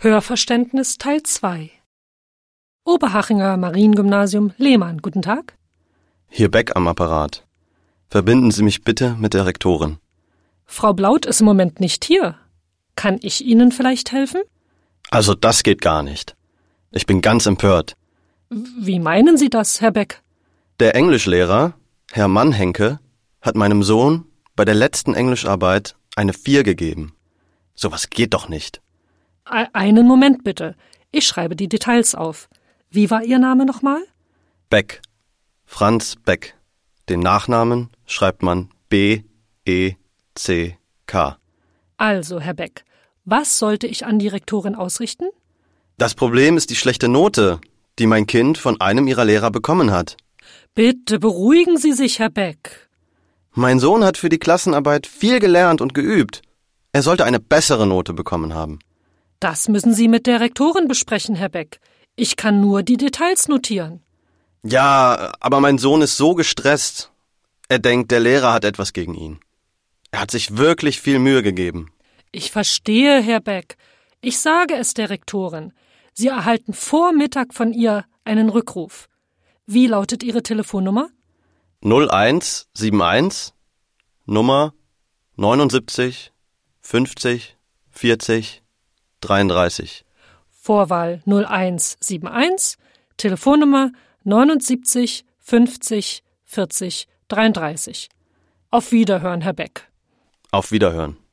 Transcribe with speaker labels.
Speaker 1: Hörverständnis Teil 2 Oberhachinger Mariengymnasium Lehmann, guten Tag.
Speaker 2: Hier Beck am Apparat. Verbinden Sie mich bitte mit der Rektorin.
Speaker 1: Frau Blaut ist im Moment nicht hier. Kann ich Ihnen vielleicht helfen?
Speaker 2: Also das geht gar nicht. Ich bin ganz empört.
Speaker 1: Wie meinen Sie das, Herr Beck?
Speaker 2: Der Englischlehrer, Herr Mannhenke, hat meinem Sohn bei der letzten Englischarbeit eine 4 gegeben. Sowas geht doch nicht.
Speaker 1: E einen Moment bitte. Ich schreibe die Details auf. Wie war Ihr Name nochmal?
Speaker 2: Beck. Franz Beck. Den Nachnamen schreibt man B E C K.
Speaker 1: Also, Herr Beck, was sollte ich an die Rektorin ausrichten?
Speaker 2: Das Problem ist die schlechte Note, die mein Kind von einem ihrer Lehrer bekommen hat.
Speaker 1: Bitte beruhigen Sie sich, Herr Beck.
Speaker 2: Mein Sohn hat für die Klassenarbeit viel gelernt und geübt. Er sollte eine bessere Note bekommen haben.
Speaker 1: Das müssen Sie mit der Rektorin besprechen, Herr Beck. Ich kann nur die Details notieren.
Speaker 2: Ja, aber mein Sohn ist so gestresst. Er denkt, der Lehrer hat etwas gegen ihn. Er hat sich wirklich viel Mühe gegeben.
Speaker 1: Ich verstehe, Herr Beck. Ich sage es der Rektorin. Sie erhalten vor Mittag von ihr einen Rückruf. Wie lautet Ihre Telefonnummer?
Speaker 2: 0171 Nummer 79 50 40 33.
Speaker 1: Vorwahl 0171, Telefonnummer 79 50 40 33. Auf Wiederhören, Herr Beck.
Speaker 2: Auf Wiederhören.